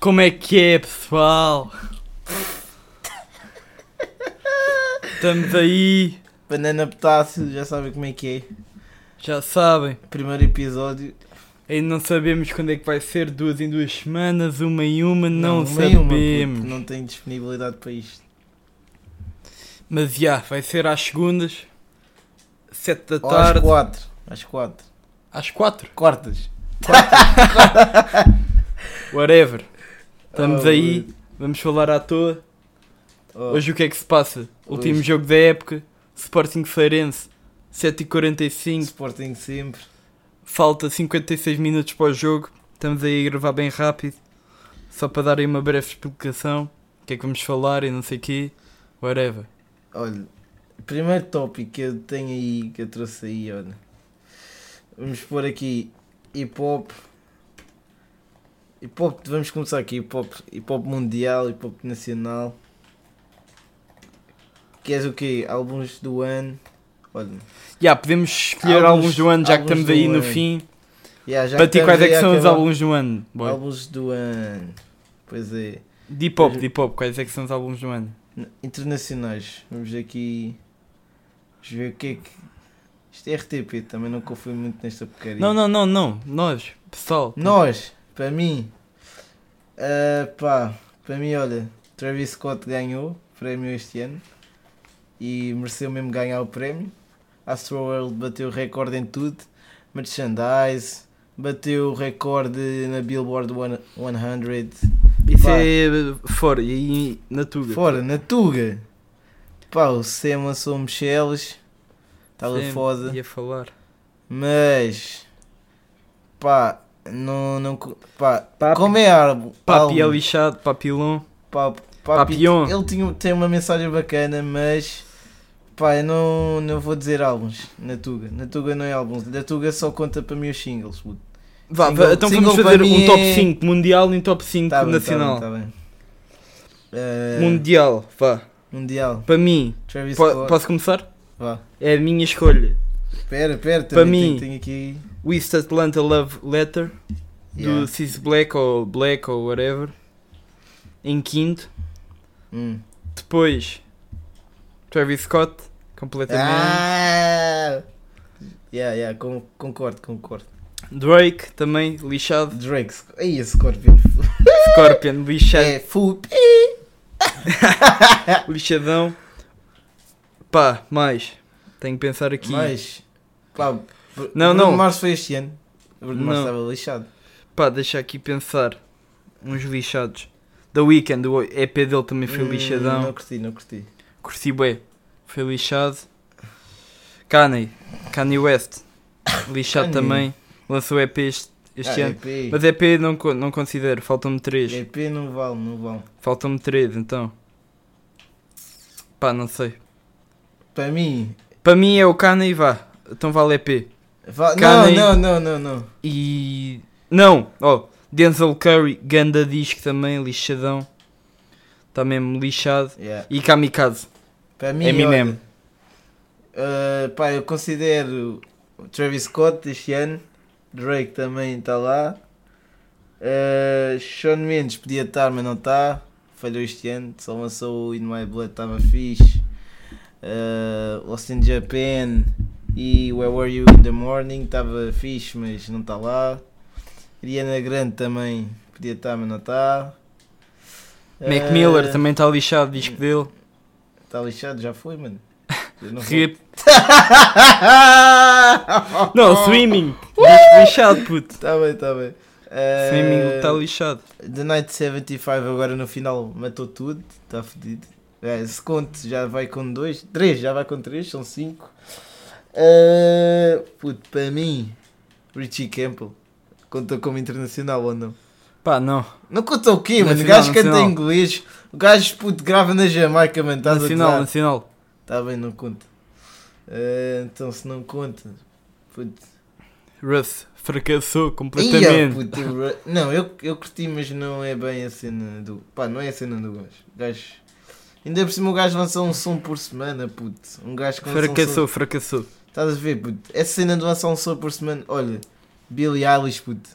Como é que é, pessoal? Estamos aí, Banana Potássio, já sabem como é que já sabem. é. Primeiro episódio. Ainda não sabemos quando é que vai ser, duas em duas semanas, uma em uma, não, nem uma, sabemos. puto, não tem disponibilidade para isto. Mas já, vai ser às segundas, sete da Ou às tarde, quatro. Às quatro. às quatro, Quartas. whatever. Estamos Oh, aí, puto. vamos falar à toa. Oh, Hoje o que é que se passa? Último Hoje. jogo da época, Sporting Feirense, 7h45, Sporting sempre. falta 56 minutos para o jogo. Estamos aí a gravar bem rápido, só para dar aí uma breve explicação. O que é que vamos falar e não sei o quê, whatever. Olha, primeiro tópico que eu tenho aí, que eu trouxe aí, olha. Vamos pôr aqui hip hop. Hip hop, vamos começar aqui. Hip hop, hip hop mundial, hip hop nacional. Queres o quê? Álbuns do ano. Olha, Já, podemos escolher Álbuns- alguns do ano, já que álbuns estamos do aí no ano. fim. yeah, já para ti, estamos quais é aí que a são os acabar. álbuns do ano? boy? Álbuns do ano. Pois é. Deep Hop, Pois- Deep Hop, quais é que são os álbuns do ano? N- Internacionais. Vamos aqui. Vamos ver o que é que. Isto é RTP, também não confio muito nesta porcaria. Não, não, não, não, nós, pessoal. Nós, para mim, ah, pá, para mim, olha, Travis Scott ganhou o prémio este ano e mereceu mesmo ganhar o prémio. Astro World bateu recorde em tudo, merchandise, bateu recorde na Billboard One- 100, Isso Pá. é fora, e aí na Tuga. fora, na Tuga. Pá, o Sam lançou Micheles, estava Sempre tá foda, Tá Ia falar. mas, pá, não, não, co- pá, Papi- como é álbum? Papi é álbum? lixado, papilão. Pá, papi- Papillon. Ele tinha, tem uma mensagem bacana, mas pá, eu não, não vou dizer álbuns na Tuga. Na Tuga não é álbuns. Na Tuga só conta para mim os singles. puto. Vá, Single- vá, então single vamos para fazer mim um top é- 5 mundial e um top 5 Tá bem, tá nacional. bem, tá bem. Eh, Mundial, vá. mundial. Para mim, Travis po- Scott. posso começar? Vá. É a minha escolha. Pera, pera, Para também mim, tenho, tenho aqui. O East Atlanta Love Letter, Yeah. do Cis Black ou Black ou whatever. Em quinto. Hum. Depois, Travis Scott, completamente. Ah! Yeah, yeah, con- concordo, concordo. Drake, também, lixado. Drake, Sc- Ei, esse Scorpion. Scorpion, lixado, É, full. É. lixadão. Pá, mais. Tenho que pensar aqui. Mas, pá, Br- Não, Bruno não. Mars foi este ano. O Bruno Mars Não. estava lixado. Pá, deixa aqui pensar. Uns lixados. The Weeknd, o EP dele também foi Hum, lixadão. Não curti, não curti. Curti bué. Foi lixado. Kanye, Kanye West. Lixado Kanye. também. Lançou EP este, este Ah, ano. EP. Mas EP não, co- não considero, faltam-me três. EP não vale, não vale. Faltam-me 3, então. Pá, não sei. Para mim, Para mim é o Kana e vá. Então vale EP. va- Kanye. não, não, não, não, não. E. Não! Oh, Denzel Curry, ganda disco também, lixadão. Está mesmo lixado. Yeah. E Kamikaze. Para mim, Eminem. olha, uh, pá, eu considero o Travis Scott este ano. Drake também está lá. Uh, Sean Mendes podia estar, mas não está. Falhou este ano. Só lançou o In My Blood, estava fixe. Uh, Lost in Japan e Where Were You in the Morning estava fixe, mas não está lá. Ariana Grande também podia estar, mas não está. Eh, Mac Miller também está lixado, disco hum. Uhum. dele. Está tá lixado, já foi, mano. Eu não vou- Rip. Não, Swimming. Disco lixado, puto. Ah! Tá bem, tá bem. Eh, Swimming tá está lixado. The Night 75 agora no final matou tudo, está fodido. É, se conto já vai com dois três já vai com três são cinco Eh, puto, para mim, Richie Campbell contou como internacional ou não? Pá, não. Não conta o quê, mano? O Nacional, gajo canta nacional. em inglês, o gajo puto grava na Jamaica, mano, estás a Nacional, gozar. nacional. Tá bem, não conta. Eh, então se não conta, puto. Russ fracassou Ia, completamente. puto, eu- não, eu, eu curti, mas não é bem a cena do. Pá, não é a cena do gajo. O gajo. Ainda por cima o gajo lançou um som por semana, puto. Um gajo que lança um som. Fracassou, fracassou. Estás a ver, puto? Essa cena de lançar um som por semana, olha, Billie Eilish, puto.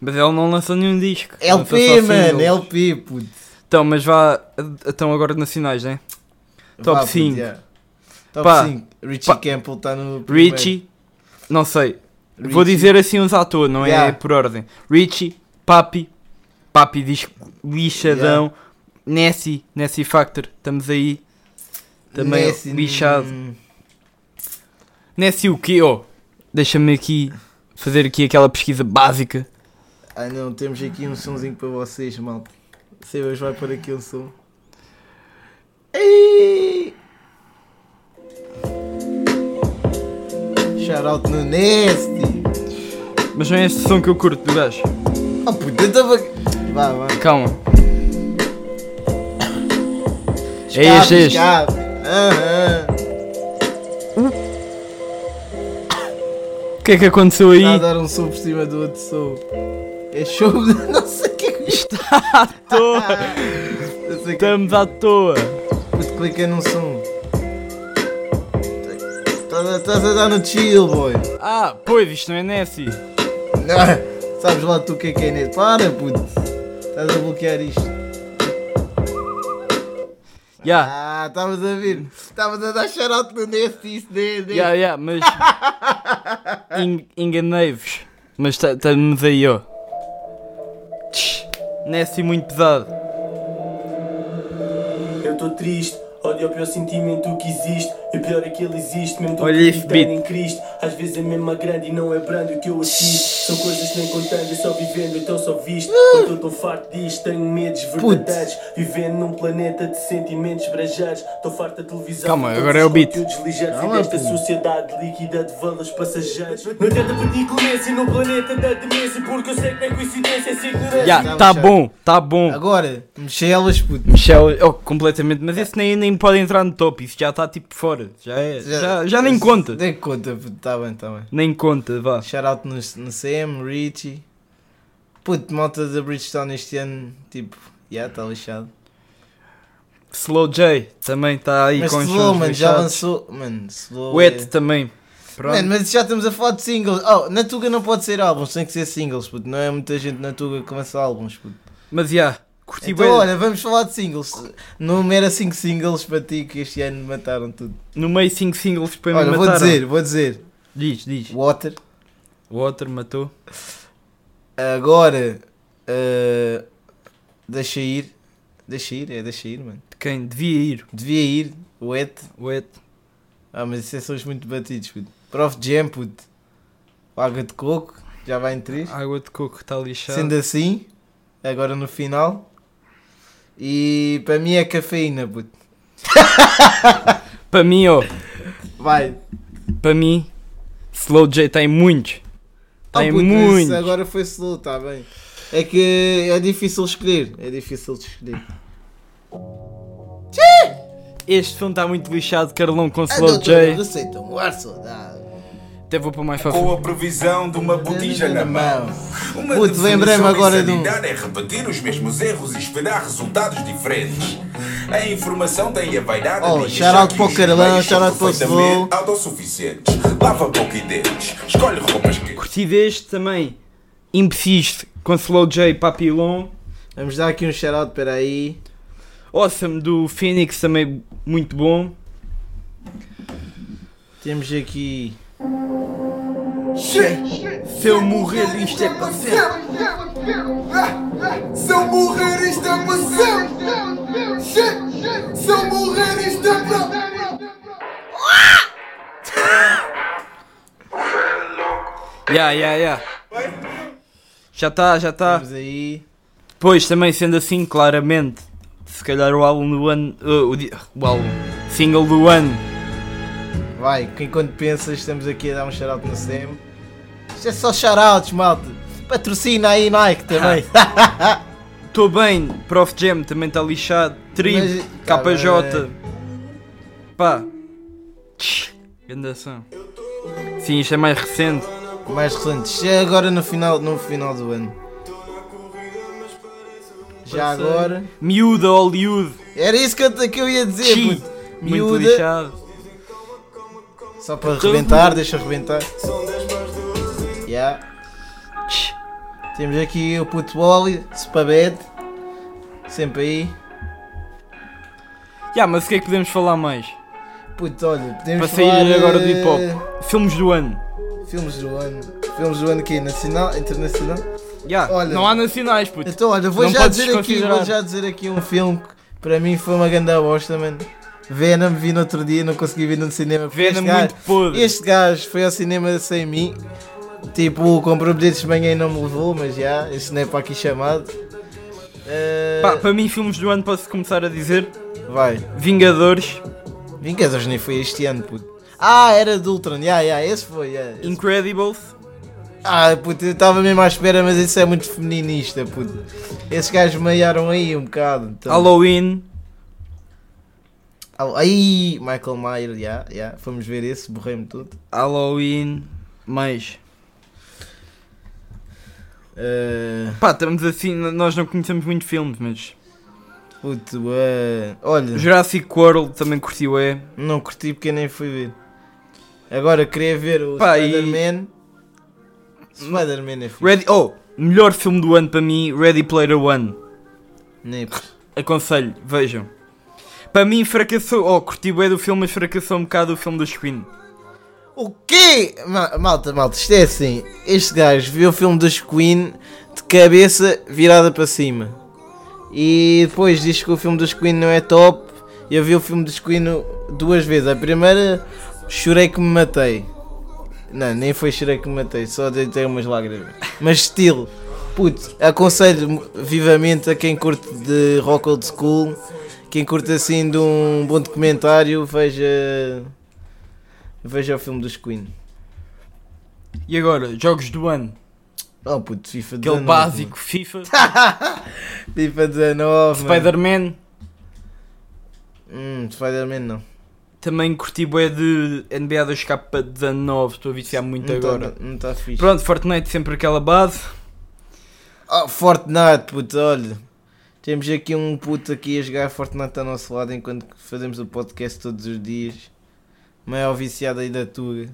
Mas ele não lançou nenhum disco. Lançou tá LP, só É mano, singles. LP, puto. Então, mas vá. Estão agora nacionais, né? Top Vá, puto, cinco. yeah. Top Pá. 5. Richie Pá. Campbell está no. primeiro. Richie. Não sei. Richie. Vou dizer assim uns à toa, não é Yeah. por ordem. Richie, Papi. Papi diz lixadão. Nessie, Nessie Factor, estamos aí. Também Nessie, lixado. hum, Nessie o quê? Oh, deixa-me aqui fazer aqui aquela pesquisa básica. Ah não, temos aqui um sonzinho para vocês, malta. Sei hoje vai pôr aqui um som. Ei! Shout out no Nasty! Mas não é este som que eu curto do gajo. Oh puta, eu tava. Vá, vá. Calma. Escape, este, este. escape. Aham. O que é que aconteceu aí? Está a dar um som por cima do outro som. É show de. Não sei o que é que isto. Toa. Não sei o que é Estamos à toa. que. Clica num som. Tá, Estás a- Estás a dar no chill, boy. Ah, pois, isto não é Nessie. Não, sabes lá tu o que é que é nesse. Para, puto. Estás a bloquear isto. Ya, Ah, estavas a ver. Estavas a dar shout-out no nesse, isso, né, né. ya, ya, mas. En- Enganei-vos. Mas ta- estamos aí, ó. Tch, Nessie muito pesado. Eu tô triste, ódio é o pior sentimento que existe. E o pior é que ele existe, mesmo tô Olha esse acreditando beat. em Cristo. Às vezes é mesmo a grande e não é brando o que eu assisto. São coisas que nem contando, é só vivendo, então só visto. Uh! Quando eu tô farto disto, tenho medos verdadeiros. Vivendo num planeta de sentimentos brajados. Tô farto da televisão. Calma, com todos agora é o os beat. conteúdos ligeiros Calma, e desta pô. sociedade líquida de valores passageiros. Não tenta pedir clemência no planeta da demência, porque eu sei que não é coincidência, é ignorância. Ya, tá bom, tá bom. Agora, mexelas, puto. Michel, oh, completamente, mas esse nem, nem pode entrar no top, isso já está tipo fora. Já, é, já, já nem conta. Nem conta, puto. Está bem, está bem. Nem conta, vá. Shout-out no, no CM, Richie. Puto, malta da Bridgestone este ano, tipo, já está lixado. Slow J também está aí Mas com os Slow, sons mano, já lixados. lançou. Mano, Slow. Wet é- também. Pronto. Mano, mas já estamos a falar de singles. Oh, na Tuga não pode ser álbuns, tem que ser singles, puto. Não é muita gente na Tuga que lança álbuns, puto. Mas já, curti Então, bué. olha, vamos falar de singles. Não era 5 singles para ti que este ano mataram tudo. No meio 5 singles para olha, mim vou mataram. dizer, vou dizer. Diz, diz. Water. O Otter matou. Agora. eh, deixa ir. Deixa ir, é deixa ir, mano. De Quem devia ir? Devia ir. Wet. Wet. Ah, mas isso é só os muito batidos, puto. Prof Jam, puto. Água de coco. Já vai em 3. Água de coco tá está lixada. Sendo assim, agora no final. E para mim é cafeína, puto. Para mim, ó. Vai. Para mim, Slow J tem muitos. Ah, Tem puto, mas muitos. Agora foi slow, está bem. É que é difícil escolher. É difícil de escolher. Este som está muito lixado, Carlão com Ah, Slow doutora, J. Receita um ar saudade. Até vou para mais Com fácil. a previsão de uma botija na mão. Uma Puto, lembrei-me definição agora de de um. insanidade é repetir os mesmos erros e esperar resultados diferentes. A informação tem a vaidade Oh, de shout achar out que para o os Carlão, meios são shout out para o perfeitamente Slow. autossuficientes. Lava boca e dentes. Escolhe roupas que Curti deste também. Impreciso com Slow J Papillon. Vamos dar aqui um shout-out, peraí. Awesome do Phoenix também muito bom. Temos aqui. Se eu morrer isto é para sempre. Se eu morrer isto é para sempre Shit. Se eu morrer isto é para Ya, ya, ya. Já está, já está. Temos aí. Pois, também sendo assim, claramente, se calhar o álbum do ano. eh, o, di- o álbum. Single do ano. Vai, que enquanto pensas, estamos aqui a dar um shout-out no CM. Isto é só shout-outs, malta. Patrocina aí Nike também. Estou bem, Prof Jam também está lixado. Trip, Mas- tá KJ. Pá. Tch, grande ação. Sim, isto é mais recente. Mais recentes. Isto é agora no final, no final do ano. Já agora. Miúda, Hollywood. Era isso que eu, que eu ia dizer, Chi, puto. Muito Miúda. lixado. Só para arrebentar, deixa arrebentar. Yeah. Temos aqui o Putbol, Spabed, sempre aí. Yeah, mas o que é que podemos falar mais? Puto, olha, podemos Para sair falar, agora do eh, hip-hop. Filmes do ano. Filmes do ano. Filmes do ano aqui, nacional, internacional. Yeah, Olha- não há nacionais, puto. Então, olha, vou Não já podes dizer aqui, desconsiderar. vou já dizer aqui um filme que para mim foi uma grande bosta, mano. Venom, vi no outro dia, não consegui ver no cinema. porque Venom este gajo- muito podre. Este gajo foi ao cinema sem mim. Tipo, comprou bilhetes de manhã e não me levou, mas já, este não é para aqui chamado. Eh, Pá, para mim, filmes do ano, posso começar a dizer? Vai. Vingadores, Vingadores nem foi este ano, puto. Ah, era do Ultron, já, já, esse foi, já. esse Incredibles, Ah, puto, eu estava mesmo à espera, mas isso é muito feminista, puto. Esses gajos meiaram aí um bocado. então. Halloween, Al- Ah, Aí, Michael Mayer, já, já. Fomos ver esse, borrei-me tudo. Halloween, mais. Eh, Pá, estamos assim, n- nós não conhecemos muito filmes, mas. puto, eh, olha, Jurassic World também é. curti o E. não curti porque eu nem fui ver. Agora, queria ver o Pá, e- Spider-Man. Spider-Man é fixe. Ready. Oh! Melhor filme do ano para mim, Ready Player One. Nem é pff, Aconselho, vejam. Para mim, fracassou. Oh, curti o E do filme, mas fracassou um bocado o filme do Queen. O quê? Ma- Malta, malta, isto é assim. Este gajo viu o filme dos Queen de cabeça virada para cima. E depois diz que o filme dos Queen não é top. Eu vi o filme dos Queen duas vezes. A primeira chorei que me matei. Não, nem foi chorei que me matei, só deitei umas lágrimas. Mas estilo, puto, aconselho vivamente a quem curte de rock old school, quem curte assim de um bom documentário, veja. Veja o filme dos Queen. E agora, jogos do ano. Oh puto, FIFA 19. Aquele mano. básico, FIFA, FIFA 19. mano. Spider-Man. Hum, Spider-Man não. Também curti bué de NBA 2K19, estou a viciar muito não tá- agora. não está fixe. Pronto, Fortnite sempre aquela base. Oh, Fortnite, puto, olha. Temos aqui um puto aqui a jogar Fortnite ao nosso lado enquanto que fazemos o podcast todos os dias. Maior viciado aí da tua.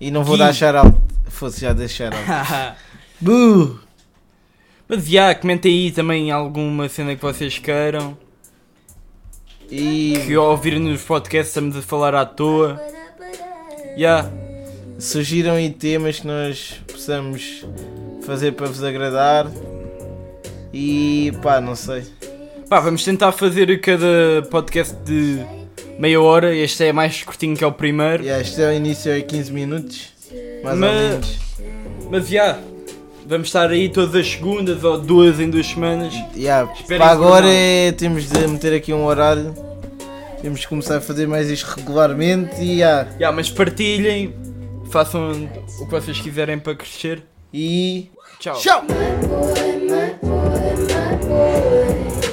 E não vou Gui. dar shout-out. Fosse já dar shout-out. Buh! Mas já, comentem aí também alguma cena que vocês queiram. E Que ao ouvir nos podcasts estamos a falar à toa. Já, surgiram aí temas que nós possamos fazer para vos agradar. E pá, não sei. pá, vamos tentar fazer cada podcast de meia hora. Este é mais curtinho que é o primeiro. Yeah, este é o início é 15 minutos. Mais Mas- ou menos. Mas já, vamos estar aí todas as segundas ou duas em duas semanas. Yeah, Esperem para por agora nós. é- temos de meter aqui um horário. Temos de começar a fazer mais isto regularmente e yeah. Já, mas partilhem, façam o que vocês quiserem para crescer. E. Tchau. Tchau! my boy, my boy, my boy.